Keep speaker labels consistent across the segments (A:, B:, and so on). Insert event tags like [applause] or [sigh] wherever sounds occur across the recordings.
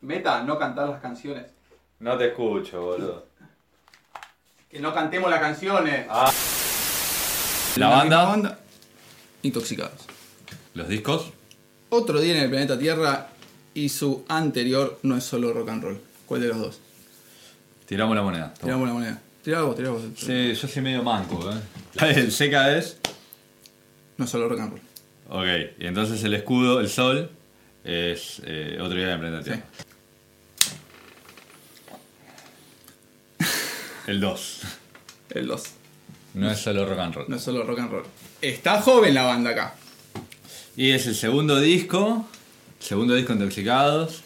A: Meta, no cantar las canciones.
B: No te escucho, boludo.
A: Que no cantemos las canciones.
C: La Ah. banda,
D: Onda. Intoxicados.
C: los discos.
D: Otro día en el planeta Tierra y su anterior no es solo rock and roll. ¿Cuál de los dos?
C: Tiramos la moneda. Toma.
D: Tiramos la moneda. Tirá vos, tirá vos.
C: Sí, yo soy medio manco, eh. Está bien, seca es.
D: No es solo rock and roll.
C: Ok, y entonces el escudo, el sol, es eh, otro día de planeta Tierra. El 2.
D: El 2.
C: No es solo rock and roll.
D: No es solo rock and roll. Está joven la banda acá.
C: Y es el segundo disco, segundo disco Intoxicados,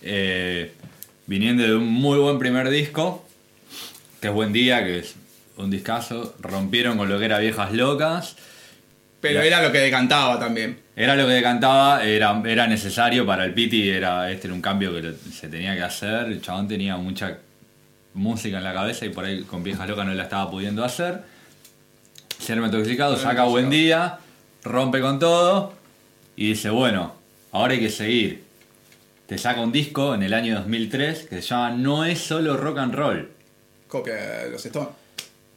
C: eh, viniendo de un muy buen primer disco, que es Buen Día, que es un discazo, rompieron con lo que era Viejas Locas,
D: Pero
C: Ya.
D: era lo que decantaba también.
C: era lo que cantaba, era, era necesario para el Piti, era, este era un cambio que lo- se tenía que hacer, el chabón tenía mucha música en la cabeza y por ahí con Viejas Locas no la estaba pudiendo hacer. Se arma Intoxicado, saca Buen Día, rompe con todo y dice, bueno, ahora hay que seguir. Te saca un disco en el año 2003 que se llama No es solo rock and roll.
D: Copia de los Stones.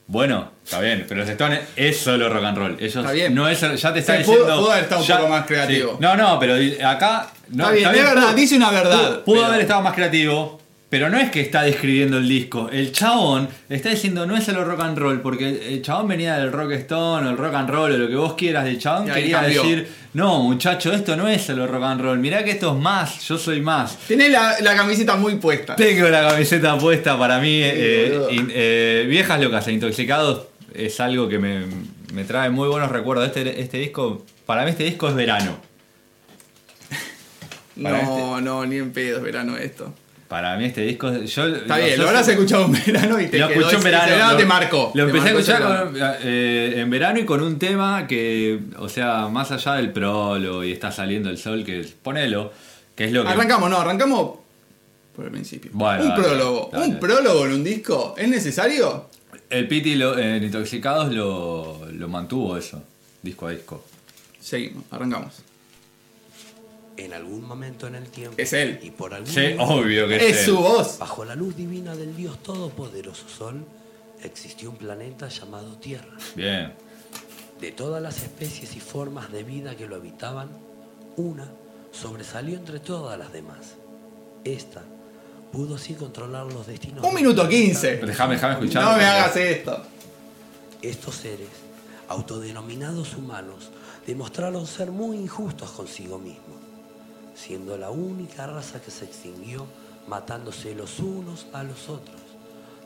C: Bueno, está bien, pero los Stones es solo rock and roll. Ellos
D: Está bien.
C: No es, solo- ya te está
D: Se pudo-
C: diciendo.
D: pudo haber estado un
C: ya-
D: poco más creativo.
C: sí. No, no, pero di- acá. No,
D: Está bien, es verdad,
C: pudo-
D: dice una verdad,
C: Pudo, pudo
D: pero-
C: haber estado más creativo, pero no es que está describiendo el disco. El chabón está diciendo no es solo rock and roll, porque el- el chabón venía del rock stone o el rock and roll o lo que vos quieras. El chabón
D: Y ahí
C: quería
D: cambió.
C: decir, no, muchacho, esto no es solo rock and roll. Mirá que esto es más, yo soy más.
D: Tenés la, la camiseta muy puesta.
C: Tengo la camiseta puesta para mí. eh,
D: boludo.
C: in- eh, viejas locas e intoxicados es algo que me, me trae muy buenos recuerdos. Este, este disco, para mí este disco es verano.
D: No,
C: Para
D: no, ni en pedo es verano esto.
C: Para mí este disco, es- yo
D: Está
C: lo-
D: bien,
C: yo-
D: lo habrás escuchado en verano y te
C: lo
D: quedó
C: escuché en
D: ese-
C: verano.
D: ese
C: lo-
D: te marcó.
C: Lo
D: Te
C: empecé a
D: marcó ese verano.
C: escuchar con- eh, en verano y con un tema que, o sea, más allá del prolo y está saliendo el sol, que es- ponelo, que es lo que.
D: Arrancamos, no, arrancamos por el principio.
C: Bueno,
D: un
C: dale,
D: prólogo.
C: dale.
D: ¿Un prólogo en un disco? ¿Es necesario?
C: El Piti lo- en Intoxicados lo, lo mantuvo eso, disco a disco.
D: Seguimos, arrancamos.
E: En algún momento en el tiempo.
D: Es él.
E: Y por algún
C: Sí,
E: motivo,
C: obvio que
D: Es
C: él.
D: su voz.
E: Bajo la luz divina del Dios Todopoderoso Sol, existió un planeta llamado Tierra.
C: Bien.
E: De todas las especies y formas de vida que lo habitaban, una sobresalió entre todas las demás. Esta pudo así controlar los destinos.
D: Un
E: de-
D: minuto 15.
C: Déjame, déjame escuchar.
D: No me hagas esto.
E: Estos seres, autodenominados humanos, demostraron ser muy injustos consigo mismos, siendo la única raza que se extinguió matándose los unos a los otros,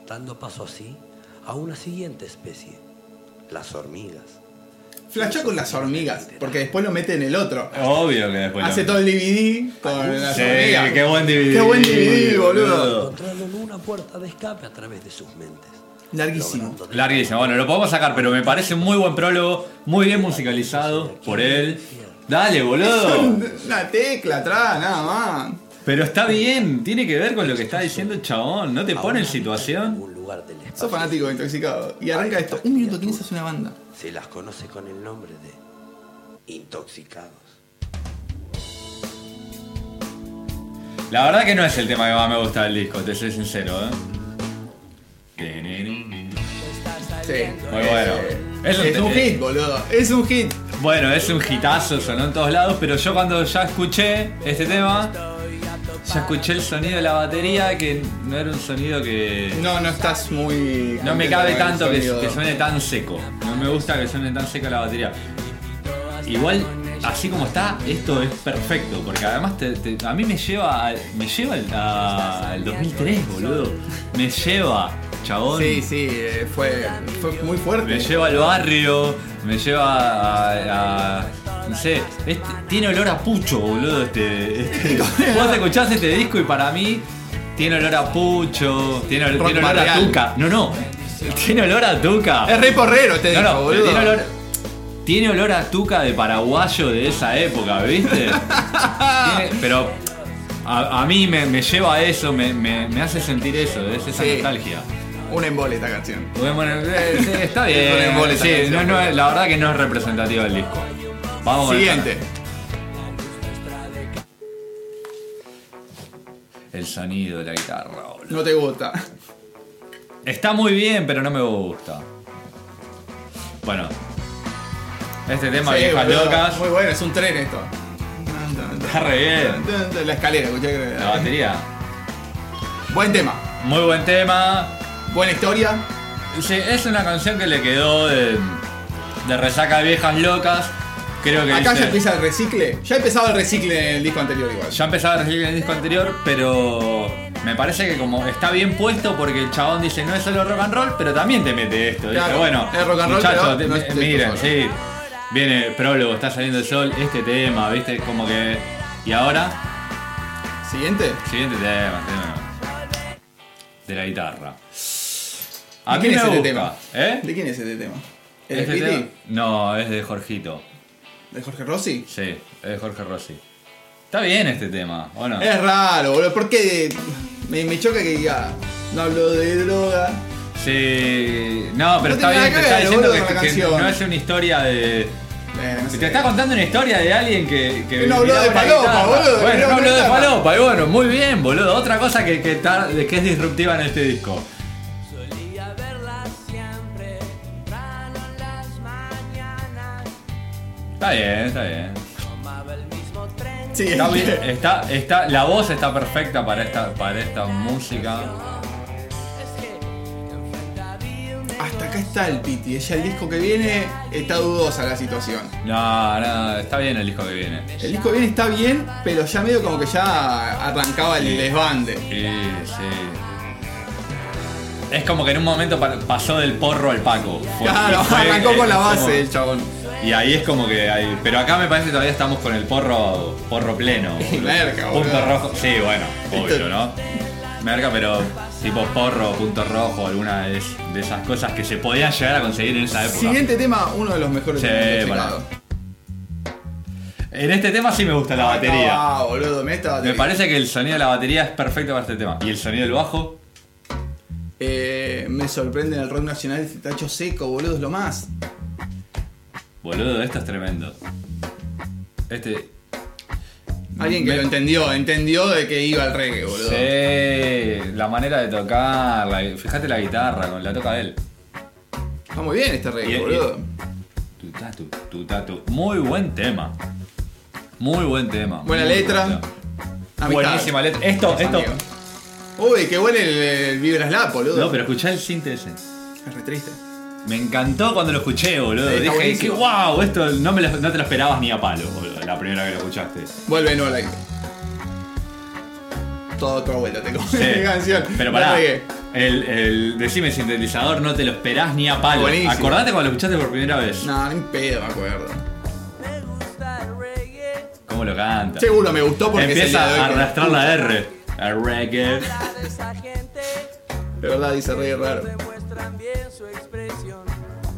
E: dando paso así a una siguiente especie, las hormigas.
D: Flashó con las hormigas, porque después lo mete en el otro.
C: Obvio que después.
D: Hace
C: lo-
D: todo el DVD con las
C: Sí,
D: hormigas.
C: qué
D: [laughs]
C: buen DVD.
D: Qué buen DVD, boludo.
E: Encontraron una puerta de escape a través de sus mentes.
D: Larguísimo.
E: logrando
C: Larguísimo. Bueno, lo podemos sacar, pero me parece un muy buen prólogo, muy bien musicalizado por él. Dale, boludo.
D: Una tecla atrás, nada más.
C: Pero está bien, tiene que ver con lo que está diciendo el chabón. No te
E: a
C: pone en
E: una mitad de
C: situación.
E: algún lugar del espacio.
D: Sos fanático de intoxicado. Y arranca esto. Un minuto 15 es una banda.
E: Se las conoce con el nombre de intoxicados.
C: La verdad que no es el tema que más me gusta del disco, te soy sincero, eh. Muy
D: Sí.
C: bueno.
D: Eh, Es,
C: un-
D: un hit, boludo. Es un hit.
C: Bueno, es un hitazo, sonó en todos lados, pero yo cuando ya escuché este tema, ya escuché el sonido de la batería, que no era un sonido que...
D: No, no estás muy.
C: No me cabe tanto que, que
D: suene
C: suene tan seco. No me gusta que suene tan seca la batería. Igual, así como está, esto es perfecto, porque además te- te- a mí me lleva, al- me lleva al- a- al 2003, boludo. Me lleva, chabón.
D: Sí, sí, eh, fue, fue muy
C: Me
D: fuerte.
C: lleva al barrio, me lleva a. a- no sé, es- tiene olor a pucho, boludo.
D: [laughs]
C: Este, este- Vos escuchás este disco y para mí tiene olor a pucho, tiene, ol-
D: Rock
C: tiene olor a
D: barrial.
C: tuca. No, no, tiene olor a tuca.
D: Es re porrero, te
C: No,
D: digo,
C: no,
D: boludo.
C: tiene olor. Tiene olor a tuca de paraguayo de esa época, ¿viste? Tiene- pero a, a mí me, me lleva a eso, me, me- me hace sentir eso, es esa
D: Sí.
C: nostalgia.
D: Un embole esta canción.
C: Bueno, bueno, eh, sí, está bien.
D: Con el boleto,
C: Sí,
D: sí.
C: no, no, la verdad que no es representativo del disco. Vamos con el-
D: Siguiente.
C: el sonido de la guitarra, boludo.
D: No te gusta.
C: Está muy bien, pero no me gusta. Bueno. Este tema,
D: Sí,
C: viejas
D: boludo,
C: locas.
D: Muy bueno, es un tren esto.
C: Está re bien.
D: La escalera, escuché que-
C: La batería.
D: Buen tema,
C: Muy buen tema.
D: buena historia.
C: Sí, es una canción que le quedó de, de resaca de viejas locas. Creo que
D: Acá
C: dice-
D: ya empieza el recicle. Ya empezaba el recicle en el disco anterior igual.
C: ya empezaba a recibir el disco anterior, pero me parece que como está bien puesto porque el chabón dice no es solo rock and roll, pero también te mete esto. Dice,
D: Claro,
C: bueno,
D: es rock and roll,
C: muchachos,
D: pero
C: te-
D: no es- este
C: miren,
D: es
C: sí, viene prólogo, está saliendo el sol, este tema, viste, como que y ahora
D: Siguiente.
C: siguiente tema, tema de la guitarra. A
D: ¿De
C: mí
D: quién
C: me
D: es este
C: gusta,
D: tema?
C: ¿eh?
D: ¿De quién es este tema? ¿El
C: Este
D: Spiti?
C: tema- No, es de Jorgito.
D: ¿De Jorge Rossi?
C: Sí, es de Jorge Rossi. Está bien este tema, ¿o no?
D: Es raro, boludo. porque Me, me choca que diga. No hablo de droga.
C: Sí. No, pero
D: No tiene
C: está bien,
D: nada
C: te
D: que
C: está
D: ver,
C: diciendo
D: boludo,
C: que,
D: con la
C: que
D: canción.
C: no es una historia de.
D: Eh, no sé.
C: Te está contando una historia de alguien que.
D: Que no habló
C: miraba
D: de
C: una
D: falopa,
C: guitarra.
D: boludo, que
C: Bueno,
D: miraba
C: no
D: una
C: habló de
D: guitarra.
C: falopa, y bueno, muy bien, boludo. Otra cosa que, que, tar- que es disruptiva en este disco.
F: Solía verla siempre, temprano en las mañanas.
C: Está bien, está bien.
F: Tomaba el mismo tren.
D: Siguiente.
C: Está bien, está, está, la voz está perfecta para esta, para esta música.
F: Es que enfrente había un
D: Hasta acá está el Piti. Ya el disco que viene está dudosa la situación.
C: No, no, está bien el disco que viene.
D: El disco que viene está bien, pero ya medio como que ya arrancaba el desbande.
C: Sí, sí. Es como que en un momento pa- pasó del porro al Paco. Fue-
D: Claro,
C: fue-
D: arrancó
C: eh,
D: con la
C: como-
D: base el chabón.
C: y ahí es como que hay. Pero acá me parece que todavía estamos con el porro porro pleno.
D: [laughs]
C: boludo.
D: merca, boludo.
C: Punto rojo. Sí, bueno,
D: Esto-
C: obvio, ¿no? Merca, pero tipo porro, punto rojo, alguna de, es- de esas cosas que se podían llegar a conseguir en esa época.
D: Siguiente tema, uno de los mejores
C: Sí,
D: que hemos
C: para.
D: llegado.
C: En este tema sí me gusta la batería.
D: Ah, boludo, me esta batería.
C: Me parece que el sonido de la batería es perfecto para este tema. Y el sonido del bajo.
D: Eh, me sorprende en el rock nacional este tacho seco, boludo, es lo más.
C: Boludo, esto es tremendo. Este.
D: Alguien que
C: Me-
D: lo entendió, entendió de que iba el reggae, boludo.
C: Sí, la manera de tocar. la- fíjate la guitarra, con la toca él.
D: Está muy bien este reggae,
C: Y- y-
D: boludo.
C: Tu tatu, tu tatu. Muy buen tema. Muy buen tema.
D: Buena
C: Muy
D: letra.
C: buen tema.
D: Amistad.
C: Buenísima letra. Esto, esto.
D: Amigo. Uy, qué bueno el, el Vibras Lab, boludo.
C: No, pero escuchá el sinte ese.
D: Es re triste.
C: Me encantó cuando lo escuché, boludo.
D: Sí, está
C: Dije, que
D: buenísimo.
C: wow, esto no, me lo- no te lo esperabas ni a palo, boludo, la primera vez que lo escuchaste.
D: [laughs] Vuelve de nuevo la Todo otra vuelta, te como
C: Sí.
D: [laughs] canción.
C: Pero
D: No
C: pará.
D: reggae.
C: El, el decime sintetizador no te lo esperás ni a palo.
D: Buenísimo.
C: Acordate cuando lo escuchaste por primera vez.
D: No, ni pedo me acuerdo.
F: Me gusta el reggae.
C: ¿Cómo lo canta?
D: Seguro me gustó porque es el
C: Empieza
D: día de
C: a
D: hoy que-
C: arrastrar la R. A reggae.
F: La de esa gente
D: De verdad dice reggae
F: nos
D: raro.
F: demuestran bien su expresión.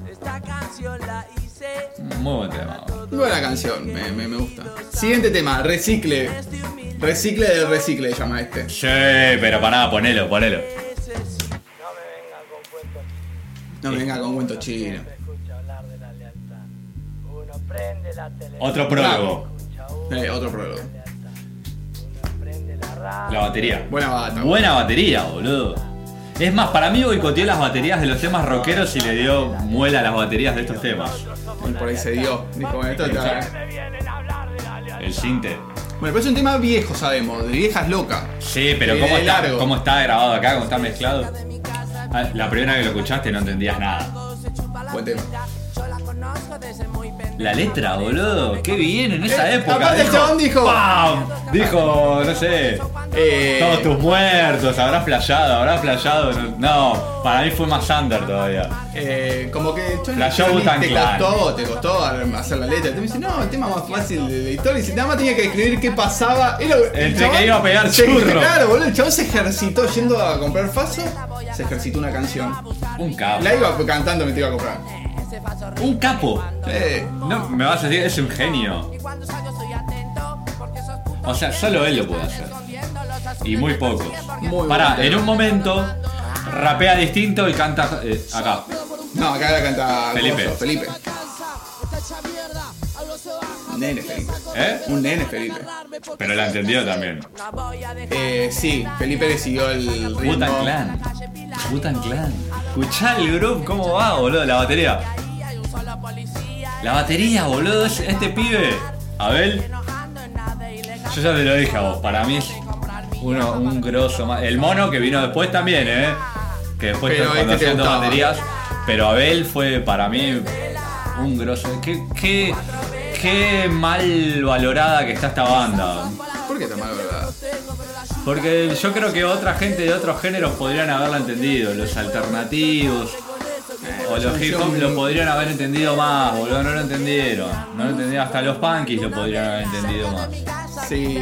F: Esta canción la hice.
C: Muy buen tema.
D: Buena canción, me, me, me gusta. Siguiente tema, recicle.
F: este
D: Recicle del recicle llama este.
C: Sí, pero pará, ponelo, ponelo.
D: No me venga con cuentos chinos.
C: Otro prólogo.
D: Eh, otro prólogo.
C: La batería.
D: Buena bata.
C: Buena batería, boludo. Es más, para mí boicoteó las baterías de los temas rockeros y le dio muela a las baterías de estos temas.
D: Y por ahí se dio. Dijo, bueno, esto está-
C: El sinte.
D: Bueno, pero es un tema viejo, sabemos, de viejas locas.
C: Sí, pero
D: Y
C: ¿cómo
D: de
C: está,
D: largo.
C: cómo está grabado acá, cómo está mezclado. Ah, La primera vez que lo escuchaste no entendías nada.
D: Buen tema.
C: La letra, boludo. Qué bien en esa
D: Eh,
C: época.
D: aparte el chabón dijo-
C: ¡Pam! Dijo, no sé.
D: Eh,
C: Todos tus muertos, habrás flayado, habrás flayado. No, no, para mí fue más under todavía.
D: eh, como que yo
C: La show tan
D: te
C: clara.
D: costó, te costó hacer la letra. Te me dice, no, el tema más fácil de la historia. Y si nada más tenía que escribir qué pasaba. Era- el
C: Entre
D: chabón
C: que iba a pegar
D: se-
C: churro.
D: Claro, boludo, el chabón se ejercitó yendo a comprar faso. Se ejercitó una canción.
C: Un capo.
D: La iba cantando me te iba a comprar.
C: Un capo.
D: Eh,
C: No, me vas a decir, es un genio. O sea, solo él lo puede hacer. Y muy pocos.
D: Muy
C: Pará,
D: buen tema.
C: en un momento rapea distinto y canta eh, acá.
D: no, acá la canta
C: Felipe.
D: Gozo, Felipe. un nene, Felipe.
C: ¿Eh?
D: Un nene, Felipe.
C: Pero la entendió también.
D: Eh, sí, Felipe le siguió el ritmo.
C: Butan Clan. Butan Clan. Escuchá el grupo, ¿cómo va, boludo? La batería. La batería, boludo. es- Este pibe. Abel. Yo ya te lo dije a vos. Para mí es uno, un grosso más. El mono que vino después también, ¿eh? Que después
D: Pero
C: cuando
D: este te
C: haciendo
D: gustaba.
C: baterías. Pero Abel fue para mí un grosso. Qué, qué, qué mal valorada que está esta banda.
D: ¿Por qué está mal, verdad?
C: Porque yo creo que otra gente de otros géneros podrían haberla entendido, los alternativos o los hip hop lo podrían haber entendido más, boludo, no lo entendieron. No lo entendieron, hasta los punkies lo podrían haber entendido más.
D: Sí,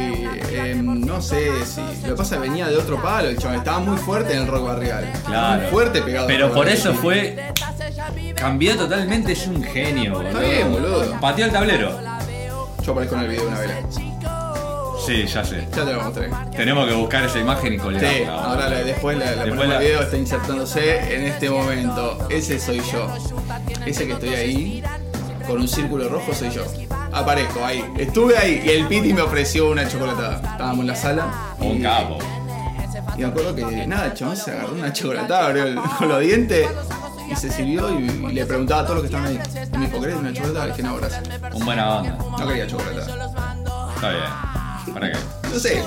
D: em, no sé si. Lo que pasa es que venía de otro palo el chabón. Estaba muy fuerte en el rock barrial.
C: Claro.
D: Muy fuerte pegado. al
C: Pero
D: rock
C: por
D: barrial.
C: eso fue. Cambió totalmente, es un genio, boludo.
D: Está bien, boludo.
C: Pateó el tablero.
D: Yo aparezco en el video de una vela.
C: Sí, ya sé.
D: Ya te lo mostré.
C: Tenemos que buscar esa imagen y colgarla.
D: Sí,
C: boludo.
D: ahora la- después la, la
C: Después
D: ponemos
C: la-
D: al video está insertándose en este momento. Ese soy yo. Ese que estoy ahí con un círculo rojo soy yo. Aparezco ahí. Estuve ahí y el Piti me ofreció una chocolatada. Estábamos en la sala. y-
C: Un capo.
D: Y me acuerdo que nada, el chabón se agarró una chocolatada abrió el- con los dientes y se sirvió y, y le preguntaba a todos los que estaban ahí. Y me dijo, ¿querés una chocolatada? Le dije, no, gracias.
C: Un buena banda.
D: No quería chocolatada.
C: Está bien. ¿Para qué?
D: No sé.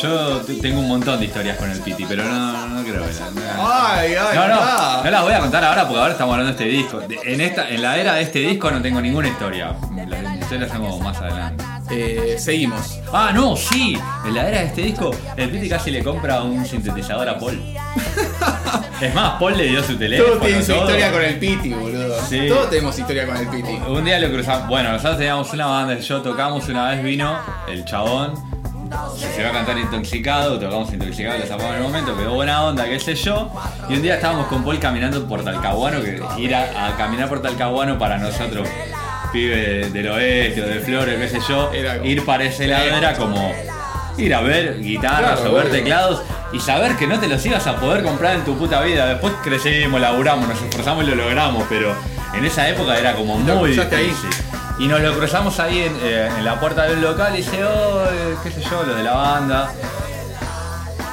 C: Yo te- tengo un montón de historias con el Piti, pero no, no creo que la- no.
D: Ay, ay,
C: No, no,
D: pará.
C: no las voy a contar ahora porque ahora estamos hablando de este disco. De- En esta, en la era de este disco no tengo ninguna historia. Las historias tengo más adelante.
D: Eh, seguimos.
C: Ah, no, sí. En la era de este disco, el Piti casi le compra un sintetizador a Paul. [laughs] Es más, Paul le dio su teléfono.
D: Todos tienen su
C: todo.
D: historia con el Piti, boludo.
C: Sí.
D: Todos tenemos historia con el Piti.
C: Un día lo cruzamos. Bueno, nosotros teníamos una banda, yo tocamos, una vez vino el chabón, se se va a cantar intoxicado, tocamos intoxicado, lo zapamos en el momento, pegó buena onda, qué sé yo. Y un día estábamos con Paul caminando por Talcahuano, que ir a, a caminar por Talcahuano para nosotros, pibe del oeste o de Flores, qué sé yo,
D: Era como-
C: ir para ese lado era como ir a ver guitarras
D: Claro,
C: o ver
D: obvio.
C: teclados. Y saber que no te los ibas a poder comprar en tu puta vida. Después crecimos, laburamos, nos esforzamos y lo logramos, pero en esa época era como
D: Lo
C: muy
D: cruzaste ahí.
C: difícil. Y nos lo cruzamos ahí en, eh, en la puerta del local y dice, oh, eh, qué sé yo, lo de la banda.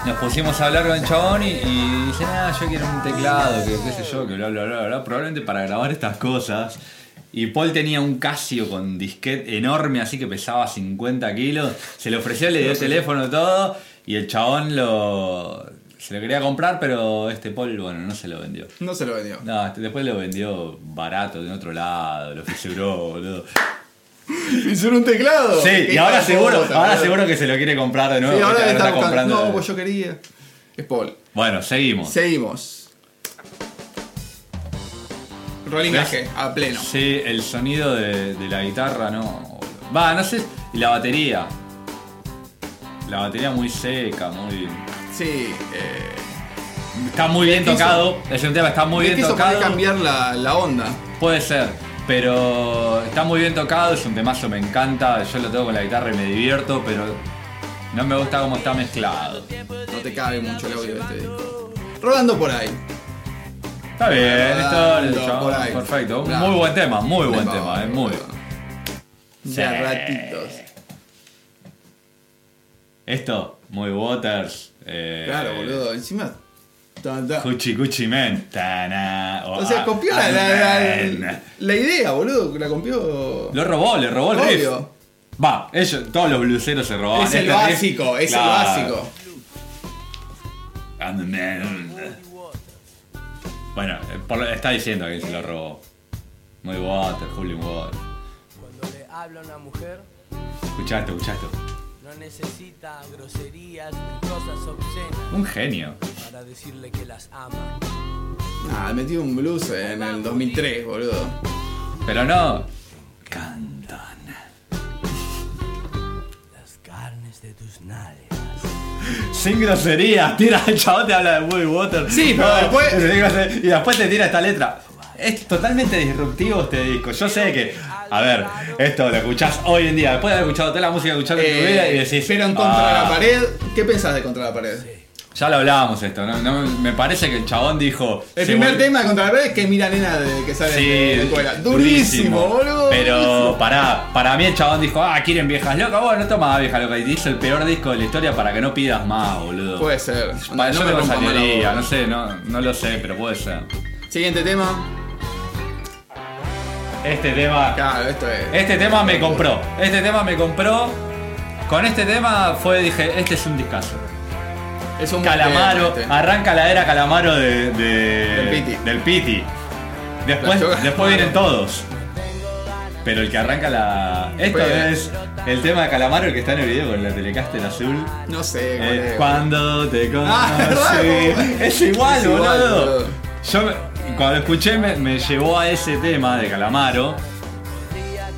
C: Nos pusimos a hablar con el chabón y, y dice, ah, yo quiero un teclado, que qué sé yo, que bla, bla, bla, bla, probablemente para grabar estas cosas. Y Paul tenía un Casio con disquete enorme, así que pesaba 50 kilos. Se le ofreció, le dio el teléfono todo y el chabón lo... Se lo quería comprar, pero este Paul, bueno, no se lo vendió.
D: No se lo vendió.
C: No, este- después lo vendió barato de otro lado, lo fisuró, boludo.
D: [laughs] ¿Hicieron un teclado?
C: Sí, y
D: Qué
C: ahora
D: capo,
C: seguro,
D: boludo.
C: ahora seguro que se lo quiere comprar de nuevo.
D: Sí, ahora
C: porque
D: le
C: está
D: está buscando.
C: comprando-
D: No, pues yo quería. Es Paul.
C: Bueno, seguimos.
D: Seguimos. Rolingaje,
C: ¿Ves?
D: a pleno.
C: Sí, el sonido de, de la guitarra, no. boludo. Va, no sé. Y la batería. La batería muy seca, muy.
D: Sí. Eh,
C: Está muy bien
D: quiso-
C: tocado. Es un tema, está muy
D: le
C: bien
D: quiso poner
C: tocado.
D: cambiar la, la onda.
C: Puede ser, pero está muy bien tocado, es un temazo, me encanta. Yo lo toco con la guitarra y me divierto, pero no me gusta cómo está mezclado.
D: No te cabe mucho el audio de este disco. Rodando por ahí.
C: Está bien, esto
D: Rodando
C: chabón,
D: por ahí.
C: perfecto. Un
D: Bravo.
C: Muy buen tema, muy buen
D: Bravo,
C: tema, es muy.
D: boludo.
C: Sí.
D: De a ratitos.
C: Esto, muy Waters. eh,
D: Claro, boludo. Encima. ta, ta.
C: Cuchi Cuchi Men. Tana,
D: O sea, copió la, la- la- la idea, boludo. La copió.
C: Lo robó, le robó el riff.
D: Obvio.
C: Va, ellos, todos los bluseros se robaban.
D: Es el
C: este riff.
D: básico, es el
C: Claro.
D: básico.
C: And the man. Bueno, eh, por lo- está diciendo que se lo robó. Muy Water, Julian Water.
F: Cuando le habla una mujer,
C: Escuchaste, escuchaste.
F: no necesita groserías ni cosas obscenas
C: Un genio.
F: para decirle que las ama.
D: Ah, metió un blues en el 2003, boludo.
C: Pero no. Cantan.
F: Las carnes de tus nalgas.
C: Sin groserías, [laughs] tira el chabón te habla de Muy Water.
D: Sí, pero después-
C: y después- Y después te tira esta letra. Es totalmente disruptivo este disco. Yo sé que. A ver, esto lo escuchás hoy en día. Después de haber escuchado toda la música que escuchaste en tu vida y
D: Eh,
C: decís.
D: pero en Eh, contra
C: "Ah,
D: la pared, ¿qué pensás de contra la pared?
C: Ya lo hablábamos esto, ¿no? No, me parece que el chabón dijo.
D: El
C: se
D: primer
C: vol-
D: tema de Contra la Pared es que mira nena de que sale
C: Sí,
D: de la escuela. Durísimo, boludo.
C: Pero para, para mí el chabón dijo, ah, quieren viejas locas, vos no tomás viejas locas. Y hizo el peor disco de la historia para que no pidas más, boludo.
D: Puede ser.
C: Para
D: no
C: yo
D: me
C: me
D: rompan más la
C: pasaría,
D: bola.
C: no sé, no, no lo sé, pero puede ser.
D: Siguiente tema.
C: Este tema.
D: Claro, esto es.
C: Este tema me compró. Este tema me compró. Con este tema fue, dije, este es un discazo.
D: Es un buen
C: Calamaro,
D: tema, este.
C: arranca la era Calamaro de, de-
D: Del Piti.
C: del Piti. Después,
D: La choca.
C: después vienen todos. Pero el que arranca la. Esto
D: Fue-
C: es el tema de Calamaro el que está en el video con la Telecaster azul.
D: este. No sé,
C: Eh,
D: boludo.
C: cuando te conocí.
D: Ah, [laughs] es verdad,
C: es igual,
D: Es igual,
C: boludo.
D: boludo.
C: Yo me- cuando escuché me, me llevó a ese tema de Calamaro.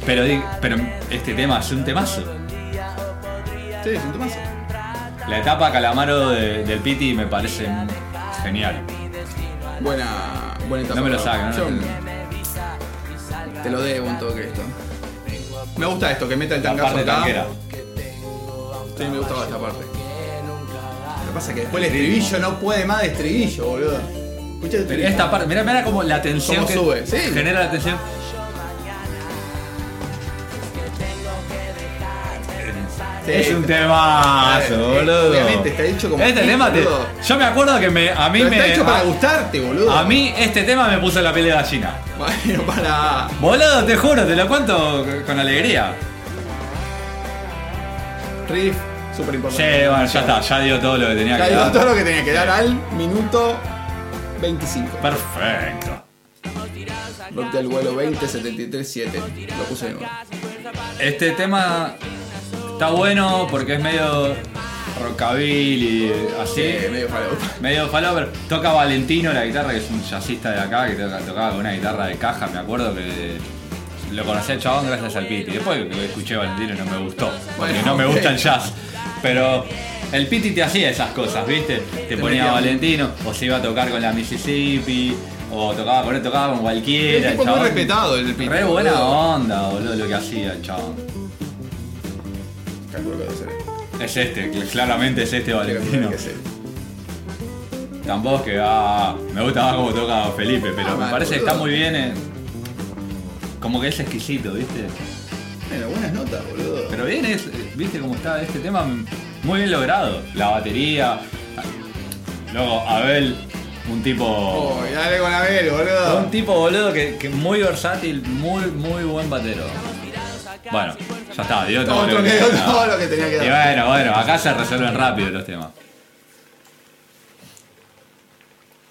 C: Pero, di- pero este tema es un temazo.
D: Sí, es un temazo.
C: La etapa Calamaro de- del Piti me parece genial.
D: Buena, buena etapa.
C: No me lo
D: bro.
C: sacan, no
D: Yo
C: lo
D: Te lo debo un toque esto. Me gusta esto, que meta el
C: La
D: tangazo
C: parte
D: acá.
C: tanquera.
D: Sí, me gustaba esta parte. Lo que pasa es que después el estribillo no puede más de estribillo, boludo. Escucha el
C: Pero
D: estribillo.
C: Esta parte, mirá, mirá como la tensión
D: Cómo
C: que
D: sube, sí.
C: genera la tensión.
D: Sí,
C: es un
D: este-
C: temazo,
D: Eh,
C: boludo.
D: obviamente, está hecho como
C: Este
D: hit,
C: tema te-
D: boludo.
C: Yo me acuerdo que me, a mí
D: Pero
C: me.
D: está hecho para
C: a-
D: gustarte, boludo.
C: A mí este tema me puso la piel de gallina.
D: [laughs] Bueno, para.
C: Boludo, te juro, te lo cuento con alegría.
D: Riff, súper
C: Sí,
D: importante.
C: bueno, ya está, ya dio todo lo que tenía que
D: Cayó
C: dar.
D: todo lo que tenía que dar al minuto 25.
C: Perfecto.
D: Rock del vuelo 20-73-7. Lo puse de nuevo.
C: Este tema está bueno porque es medio rockabilly, así.
D: Eh, medio falopa.
C: Medio faló, pero toca Valentino la guitarra, que es un jazzista de acá, que toca- tocaba con una guitarra de caja, me acuerdo que lo conocí al chabón gracias al Piti. Después que escuché a Valentino no me gustó, porque
D: Bueno,
C: no me
D: ok.
C: gusta el jazz. Pero el Piti te hacía esas cosas, ¿viste? Te ponía
D: metía-
C: Valentino, o se iba a tocar con la Mississippi, o tocaba con, tocaba con
D: Es
C: cualquiera.
D: un tipo muy
C: chabón.
D: respetado el Piti.
C: Re buena
D: boludo.
C: onda, boludo, lo que hacía el chabón.
D: Calculo que debe ser.
C: Es este, cl- claramente es este
D: Calculo
C: Valentino.
D: que debe ser.
C: Tampoco es que ah, me gusta más como toca Felipe, pero
D: Ah,
C: me
D: mal,
C: parece que
D: boludo.
C: está muy bien. eh. Como que es exquisito, ¿viste?
D: Bueno, buenas notas, boludo.
C: Pero bien es, eh, ¿viste cómo está este tema? Muy bien logrado. La batería. Luego Abel, un tipo.
D: Oh, dale con Abel, boludo.
C: Un tipo boludo que, que muy versátil, muy, muy buen batero. Bueno, ya está, dio todo,
D: Otro
C: lo
D: que
C: que
D: dio
C: tenía.
D: todo lo que tenía que
C: Y
D: dar.
C: bueno, bueno, acá se resuelven rápido los temas.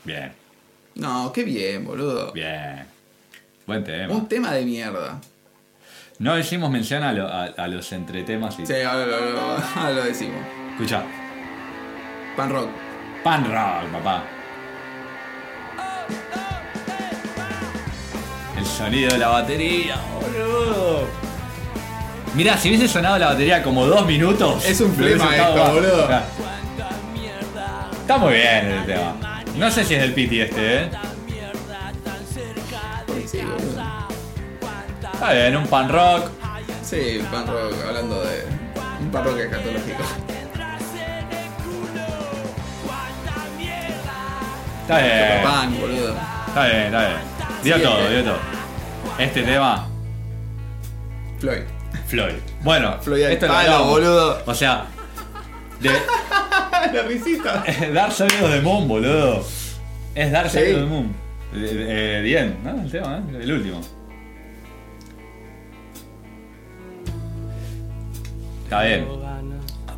C: Bien,
D: No, qué bien, boludo.
C: bien. Buen tema.
D: Un tema de mierda.
C: No hicimos mención a, lo- a- a los entretemas y.
D: Sí, ahora lo, lo- ahora lo decimos.
C: Escucha,
D: Pan rock.
C: pan rock, papá. El sonido de la batería, boludo. Mirá, si hubiese sonado la batería como dos minutos.
D: Es un
C: me hubiese
D: flema
C: gustado
D: esto,
C: más.
D: boludo.
C: O sea, Está muy bien el tema. No sé si es del Piti este, eh.
D: Sí, boludo.
C: Está bien, un pan rock.
D: Sí, pan rock, hablando de. Un pan rock escatológico.
C: Está bien.
D: Pan, boludo.
C: Está bien, está bien. Dio
D: Este, Sí,
C: todo,
D: eh.
C: dio todo. Este tema,
D: Floyd.
C: Floyd. Bueno,
D: Floyd al
C: esto lo
D: palo,
C: hablamos. [laughs]
D: boludo.
C: O sea, de, [laughs] Ah,
D: la risita.
C: dar sonidos de Moon, boludo. Es dar
D: Sí.
C: sonidos de Moon. De- de- eh, bien, ¿no? El tema, ¿eh? El último. Está bien.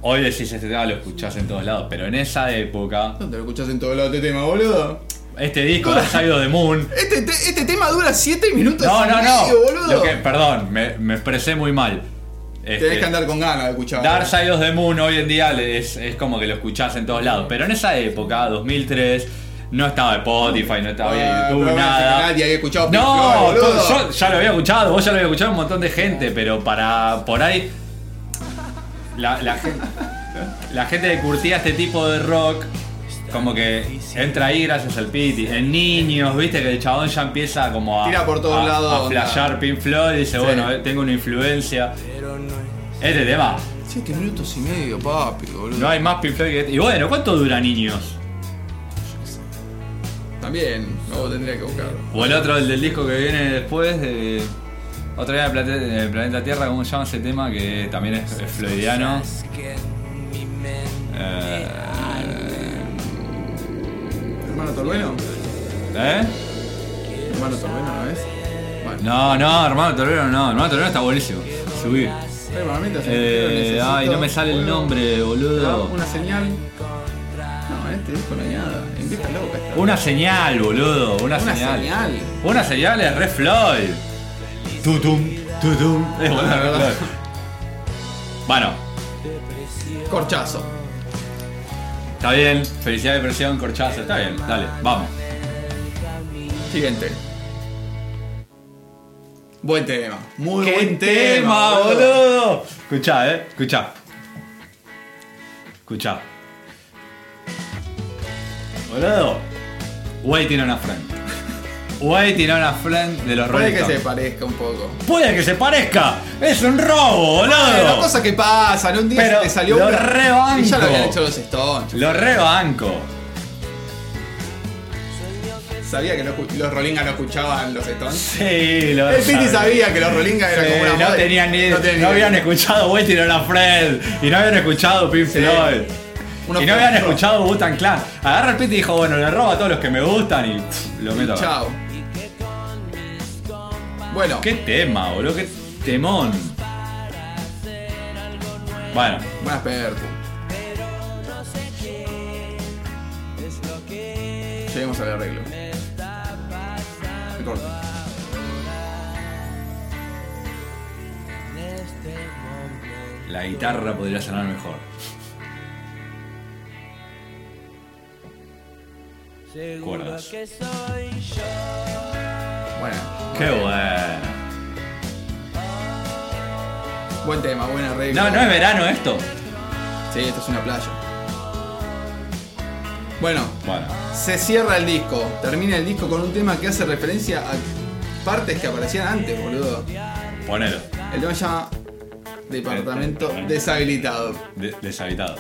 C: Hoy decís este tema, lo escuchás en todos lados, pero en esa época,
D: ¿Dónde lo escuchás en todo lado este tema, boludo?
C: este disco de Sonidos
D: [laughs]
C: de Moon.
D: Este, te- este tema dura 7 minutos.
C: No,
D: y
C: no,
D: medio,
C: no.
D: boludo.
C: Lo que- perdón, me, me expresé muy mal.
D: Tenés
C: Este,
D: que andar con ganas de escuchar.
C: Dark Side of the Moon hoy en día le- es, es como que lo escuchás en todos lados, pero en esa época, 2003, no estaba Spotify, no estaba
D: Ah,
C: YouTube,
D: pero
C: nada.
D: nadie había escuchado Pink
C: No,
D: Floyd, boludo.
C: to- yo ya lo había escuchado, vos ya lo había escuchado un montón de gente, pero para por ahí la, la gen- la gente que curtía este tipo de rock como que entra ahí gracias al Piti. En niños, viste que el chabón ya empieza como a
D: Tira por todos
C: a-
D: lados,
C: a
D: onda.
C: flashear Pink Floyd y dice,
D: Sí.
C: bueno, eh, tengo una influencia. Este tema
D: Siete minutos y medio, papi, boludo.
C: No hay más Pink Floyd que... este. Y bueno, ¿cuánto dura niños?
D: También, no tendría que buscarlo.
C: O el otro, el del disco que viene después, de otra vez del plate- del planeta Tierra, ¿cómo se llama ese tema? Que también es, es floydiano. Eh,
D: ¿Hermano Torbeno?
C: ¿Eh?
D: ¿Hermano Torbeno no es? Bueno,
C: No, no, hermano Torero no, hermano Torero está buenísimo. Subí.
D: permanente así, pero
C: Eh,
D: necesito
C: ay, no me sale el
D: juego,
C: nombre, boludo.
D: Una señal. No, este disco no hay nada. En vista loca está.
C: Una señal, boludo, una,
D: Una
C: señal.
D: señal.
C: Una señal es Red Floyd. Tutum, tutum. Es bueno, Red Floyd. Bueno,
D: Corchazo.
C: está bien. Felicidad de presión, corchazo, está bien. Dale, vamos.
D: Siguiente. Buen tema. Muy
C: ¡Qué
D: buen
C: tema, boludo! Escuchá, eh, escuchá. Escuchá. Boludo. Waiting on a friend. Waiting on a friend de los
D: Puede
C: Rolling
D: que se
C: Stones.
D: parezca un poco.
C: Puede que se parezca. Es un robo,
D: Las
C: boludo.
D: cosas que pasan, un día
C: Pero
D: se te salió
C: lo
D: una-
C: rebanco.
D: Y ya lo habían hecho los Stones.
C: Lo rebanco.
D: Sabía que no escu- los Rolingas no escuchaban los Stones.
C: Sí, lo
D: El Piti sabía que los Rolingas eran
C: Sí,
D: como una
C: no
D: moda.
C: tenían ni, no,
D: tenían ni
C: habían
D: idea.
C: escuchado Waiting on a Friend y no habían escuchado Pink Floyd
D: Uno
C: y no habían
D: por-
C: escuchado Butan Clan. Agarra el Piti y dijo, bueno, le robo a todos los que me gustan y pff, lo meto. acá.
D: Chao. Bueno,
C: Qué tema, boludo, qué temón. Bueno,
D: buenas percu. Lleguemos al arreglo. El corte.
C: la guitarra podría sonar mejor. Cuerdas.
D: Bueno,
C: Qué bueno.
D: buen tema, buen arreglo.
C: No, no es verano esto.
D: Sí, esto es una playa. Bueno,
C: Bueno,
D: se cierra el disco. Termina el disco con un tema que hace referencia a partes que aparecían antes, boludo.
C: ponelo.
D: El tema se llama Departamento Deshabilitado.
C: De- deshabitado.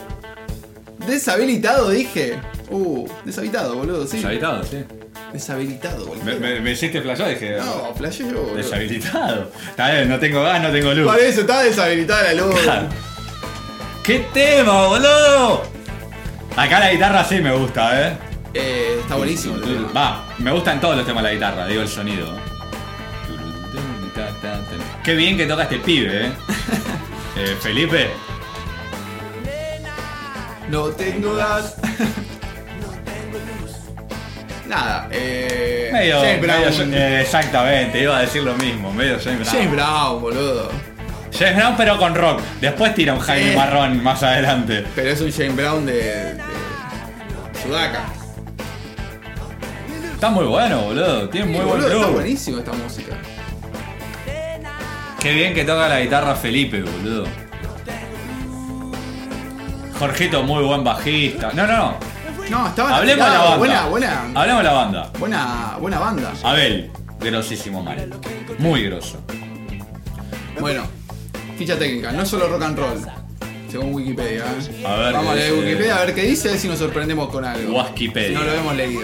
D: ¿Deshabilitado dije? Uh, deshabilitado, boludo, sí.
C: Deshabitado, sí.
D: Deshabilitado, boludo.
C: Me, me- me hiciste flashar, dije.
D: No, flasheo, boludo.
C: Deshabilitado. Está bien, no tengo gas, no tengo luz.
D: Para eso está deshabilitada la luz.
C: [laughs] ¡Qué tema, boludo! Acá la guitarra sí me gusta, eh.
D: Eh, está buenísimo. el tema.
C: Va, me gustan todos los temas de la guitarra, digo el sonido. Qué bien que toca este
D: [laughs]
C: pibe, eh. Eh, Felipe,
D: No tengo gas. Nada, eh.
C: medio.
D: James Brown.
C: medio- eh, exactamente, iba a decir lo mismo, medio James Brown.
D: James Brown, boludo.
C: James Brown, pero con rock. Después tira un Jaime
D: Sí.
C: Marrón más adelante.
D: Pero es un James Brown de. de Sudaca.
C: Está muy bueno, boludo. Tiene muy
D: Sí,
C: buen
D: boludo, está
C: groove.
D: buenísimo esta música.
C: Qué bien que toca la guitarra Felipe, boludo. Jorgito, muy buen bajista. No, no, no.
D: No, estaba
C: Hablemos de la banda.
D: Buena, buena.
C: Hablemos de la banda.
D: Buena, buena banda.
C: Abel, grosísimo mal. Muy grosso.
D: Bueno, ficha técnica, no solo rock and roll. Según Wikipedia. ¿eh?
C: A ver
D: Vamos a
C: qué
D: leer
C: dice.
D: Wikipedia a ver qué dice, a ver si nos sorprendemos con algo.
C: Wasquipedia.
D: Si no lo hemos leído.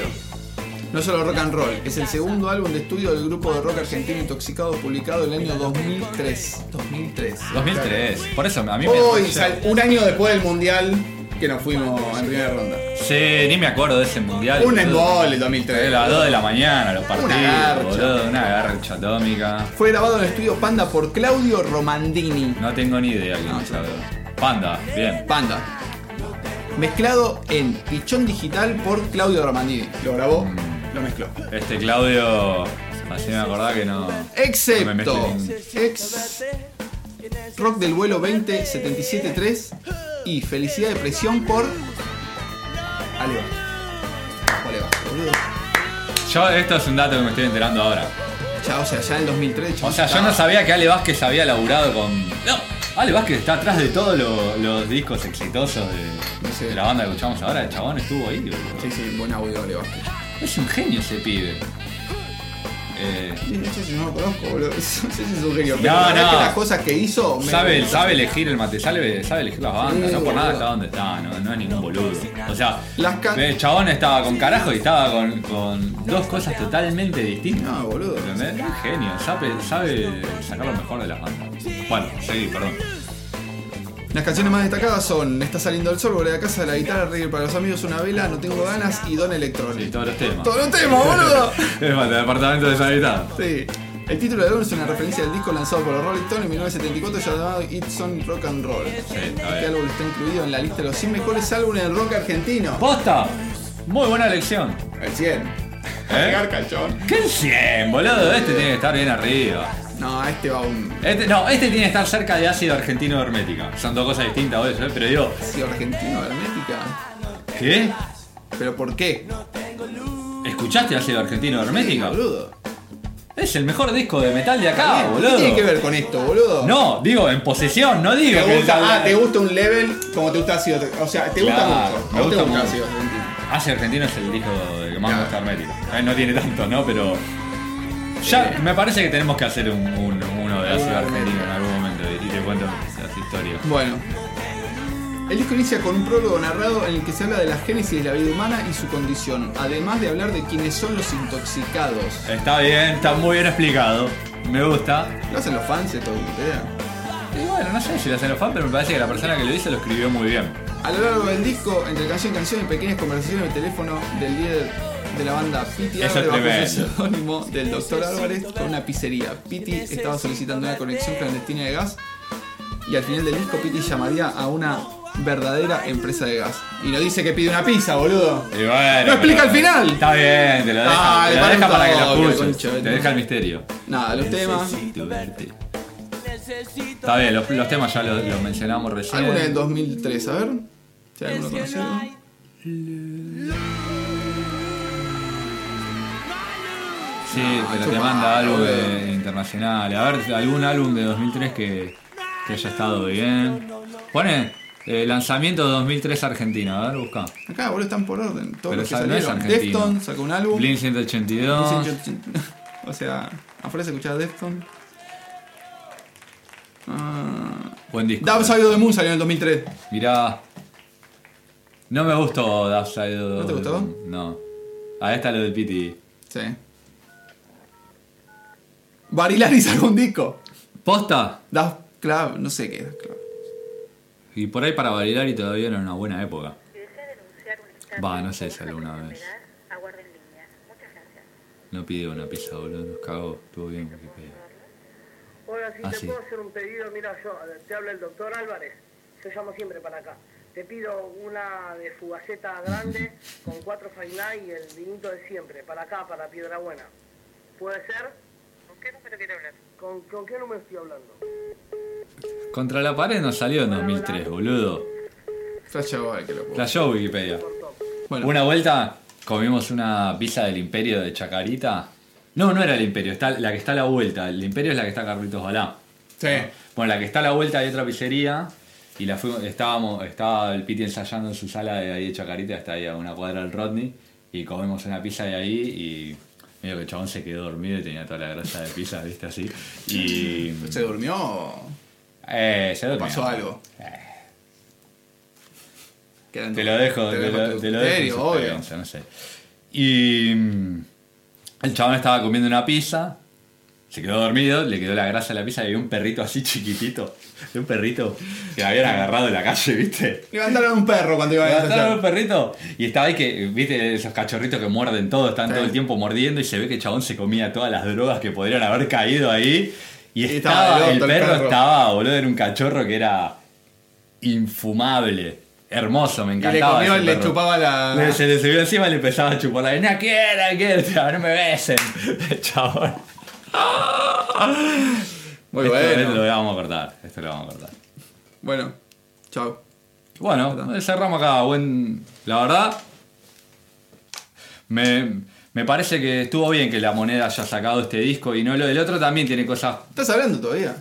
D: No solo rock and roll, es el segundo álbum de estudio del grupo de rock argentino Intoxicado publicado el año 2003. 2003.
C: 2003. Por eso a mí
D: Hoy,
C: me.
D: sal- un año después del mundial que nos fuimos en primera ronda.
C: Sí, ni me acuerdo de ese mundial.
D: Un
C: boludo.
D: embol el
C: De
D: 2003.
C: las 2 de la mañana, los partidos,
D: garcha.
C: boludo. Una garcha atómica.
D: Fue grabado en el estudio Panda por Claudio Romandini.
C: No tengo ni idea quién es, la verdad. Panda, bien.
D: Panda. Mezclado en Pichón Digital por Claudio Romandini. Lo grabó, lo mezcló.
C: Este Claudio. Así me acordaba que no. no me
D: Excepto.
C: mezclen.
D: Ex Rock del vuelo 20773 y Felicidad de Presión por. Ale Vázquez. Ale Vázquez, boludo.
C: Yo, esto es un dato que me estoy enterando ahora.
D: Ya, o sea, ya en el 2003. ya
C: O sea, yo
D: estaba.
C: no sabía que Ale Vázquez había laburado con. No, Ale Vázquez está atrás de todos lo- los discos exitosos de,
D: Sí.
C: de la banda que escuchamos ahora. El chabón estuvo ahí, boludo.
D: Sí, sí, buen audio, Ale Vázquez.
C: Es un genio ese pibe. Eh,
D: No sé si no lo conozco, boludo. [laughs] No sé si es un genio. Pero
C: No,
D: la verdad
C: no.
D: que las cosas que hizo. me-
C: sabe, sabe elegir el mate, sabe, sabe elegir las bandas,
D: Sí,
C: no por nada
D: boludo.
C: está donde está, no, no es ningún boludo. O sea,
D: Las ca-
C: el chabón estaba con carajo y estaba con, con dos cosas totalmente distintas.
D: No, boludo.
C: ¿Entendés? Un genio, sabe, sabe sacar lo mejor de las bandas. Bueno, seguí, perdón.
D: Las canciones más destacadas son Está saliendo el sol, volver a casa, la guitarra, reír para los amigos, una vela, no tengo ganas y Don
C: Sí,
D: Electrónico.
C: todos los temas.
D: Todo un tema, boludo.
C: [laughs] Es más, el departamento de sanidad.
D: Sí. El título del álbum es una referencia al disco lanzado por los Rolling Stones en 1974 llamado It's on Rock and Roll.
C: Sí, está
D: Este
C: bien.
D: álbum está incluido en la lista de los 100 mejores álbumes del rock argentino.
C: ¡Posta! Muy buena elección.
D: El 100.
C: ¿Eh?
D: cachón.
C: ¿Qué 100, boludo? Este tiene que estar bien arriba.
D: No, este va un
C: Este, no, este tiene que estar cerca de ácido argentino de hermética. Son dos cosas distintas, boludo, ¿eh? pero digo,
D: sido argentino de Hermética.
C: ¿qué?
D: ¿Pero por qué?
C: ¿Escuchaste ácido argentino de hermética?
D: Boludo.
C: Es el mejor disco de metal de acá,
D: ¿Qué tiene que
C: Ah, boludo.
D: ver con esto, boludo?
C: No, digo, en posesión, no
D: Te
C: digo que
D: gusta, ah, te gusta un level como te gusta ácido. O sea, te gusta
C: Claro,
D: mucho.
C: me
D: ¿A vos te
C: gusta
D: gusta
C: mucho.
D: ácido argentino?
C: Ácido argentino Ah, es el disco de que más me
D: Claro.
C: gusta de hermética. Eh, no tiene tanto, ¿no? Pero. Ya, me parece que tenemos que hacer un, un- uno de ácido argentino en algún momento y, y te cuento las historias.
D: Bueno. El disco inicia con un prólogo narrado en el que se habla de la génesis de la vida humana y su condición, además de hablar de quiénes son los intoxicados.
C: Está bien, está muy bien explicado. Me gusta.
D: ¿Lo hacen los fans esto? ni idea?
C: Y bueno, no sé si lo hacen los fans, pero me parece que la persona que lo hizo lo escribió muy bien.
D: A lo largo del disco, entre canción y canción y pequeñas conversaciones de teléfono del líder de la banda Pity
C: Eso es
D: Álvarez bajo su
C: tremendo.
D: seudónimo del Dr. Álvarez con una pizzería. Pity estaba solicitando una conexión clandestina de gas y al final del disco Pity llamaría a una verdadera empresa de gas. Y no dice que pide una pizza, boludo.
C: Y bueno,
D: ¡No explica
C: pero-
D: el final!
C: Está bien, te lo deja,
D: Ay,
C: te lo
D: para
C: deja
D: un
C: para que lo
D: toque,
C: escuches.
D: concha,
C: Te
D: no.
C: deja el misterio.
D: Nada, los temas.
C: Necesito verte.
F: Necesito
C: Está bien, los, los temas ya los, los mencionamos recién.
D: Alguna del 2003, a ver. Si hay alguno conocido.
C: Sí, pero te
D: chupa,
C: manda algo
D: boludo.
C: de- internacional. A ver, algún álbum de 2003 que, que haya estado bien. Pone eh, lanzamiento de 2003 Argentina. A ver, busca.
D: Acá, boludo, están por orden. Todos
C: Pero
D: los que
C: esa no es
D: salieron.
C: argentina.
D: Defton sacó un álbum.
C: Blink 182.
D: O sea, afuera se escuchaba Defton. Ah,
C: Buen disco.
D: Dab Side of the Moon salió en el 2003.
C: Mirá. No me gustó Dark Side of-
D: ¿No te gustó?
C: No. Ahí está lo del Piti.
D: Sí. Barilari [laughs] sacó un disco.
C: ¿Posta?
D: Daft Club, no sé qué es Daft Club.
C: Y por ahí para bailar y todavía era una buena época.
G: Si desea denunciar un instante,
C: Va, no sé si
G: una
C: alguna
G: persona
C: vez.
G: tenaz, Aguarde en línea. Muchas gracias.
C: No pide una pizza, boludo. Nos cagó. Estuvo bien Wikipedia.
H: Hola, si
C: Ah,
H: te
C: sí.
H: puedo hacer un pedido, mira, yo eh, te habla el doctor Álvarez, yo llamo siempre para acá. Te pido una de fugaceta grande con cuatro fainá y el vinito de siempre, para acá, para Piedra Buena. ¿Puede ser?
G: ¿Con qué número quiere hablar?
H: ¿Con, con qué número estoy hablando?
C: Contra la pared nos salió en 2003, boludo.
D: Flash Boy, que lo puedo.
C: Cayó Wikipedia.
D: Bueno,
C: Una vuelta comimos una pizza del Imperio de Chacarita. No, no era el Imperio, está la que está a la vuelta. El Imperio es la que está Carlitos Balá. Ah.
D: sí.
C: Bueno, la que está a la vuelta hay otra pizzería. Y la fuimos, estábamos, estaba el Piti ensayando en su sala de ahí de Chacarita, está ahí a una cuadra del Rodney. Y comemos una pizza de ahí y medio que el chabón se quedó dormido y tenía toda la grasa de pizza, viste así. Y.
D: ¿Se durmió?
C: Eh, se durmió.
D: ¿Pasó algo? Quedan-
C: Eh. Te lo dejo, te,
D: dejo a
C: lo,
D: tu
C: te lo dejo. en
D: criterio,
C: su
D: obvio.
C: experiencia, no sé. Y mm, el chabón estaba comiendo una pizza, se quedó dormido, le quedó la grasa de la pizza y había un perrito así chiquitito, [laughs] de un perrito que lo habían agarrado de la calle, ¿viste?
D: Levantaron a un perro cuando iban a
C: Levantaron
D: ensayar.
C: un perrito y estaba ahí que, viste, esos cachorritos que muerden todo, están
D: Sí.
C: todo el tiempo mordiendo y se ve que el chabón se comía todas las drogas que podrían haber caído ahí. Y
D: Y estaba
C: estaba,
D: del
C: el
D: orto el
C: perro
D: perro.
C: estaba, boludo, era un cachorro que era infumable, hermoso, me
D: Y le
C: encantaba.
D: comió,
C: ese
D: le
C: perro.
D: chupaba la.
C: Le- se le subió encima y le empezaba a chupar la vena. quiera, quiera, no me besen. [laughs] Chabón.
D: Muy
C: esto,
D: bueno.
C: esto lo vamos a cortar. Esto lo vamos a cortar.
D: Bueno, chao.
C: Bueno, cerramos acá. Buen. La verdad. Me, me parece que estuvo bien que la moneda haya sacado este disco y no lo del otro también tiene cosas.
D: ¿Estás hablando todavía?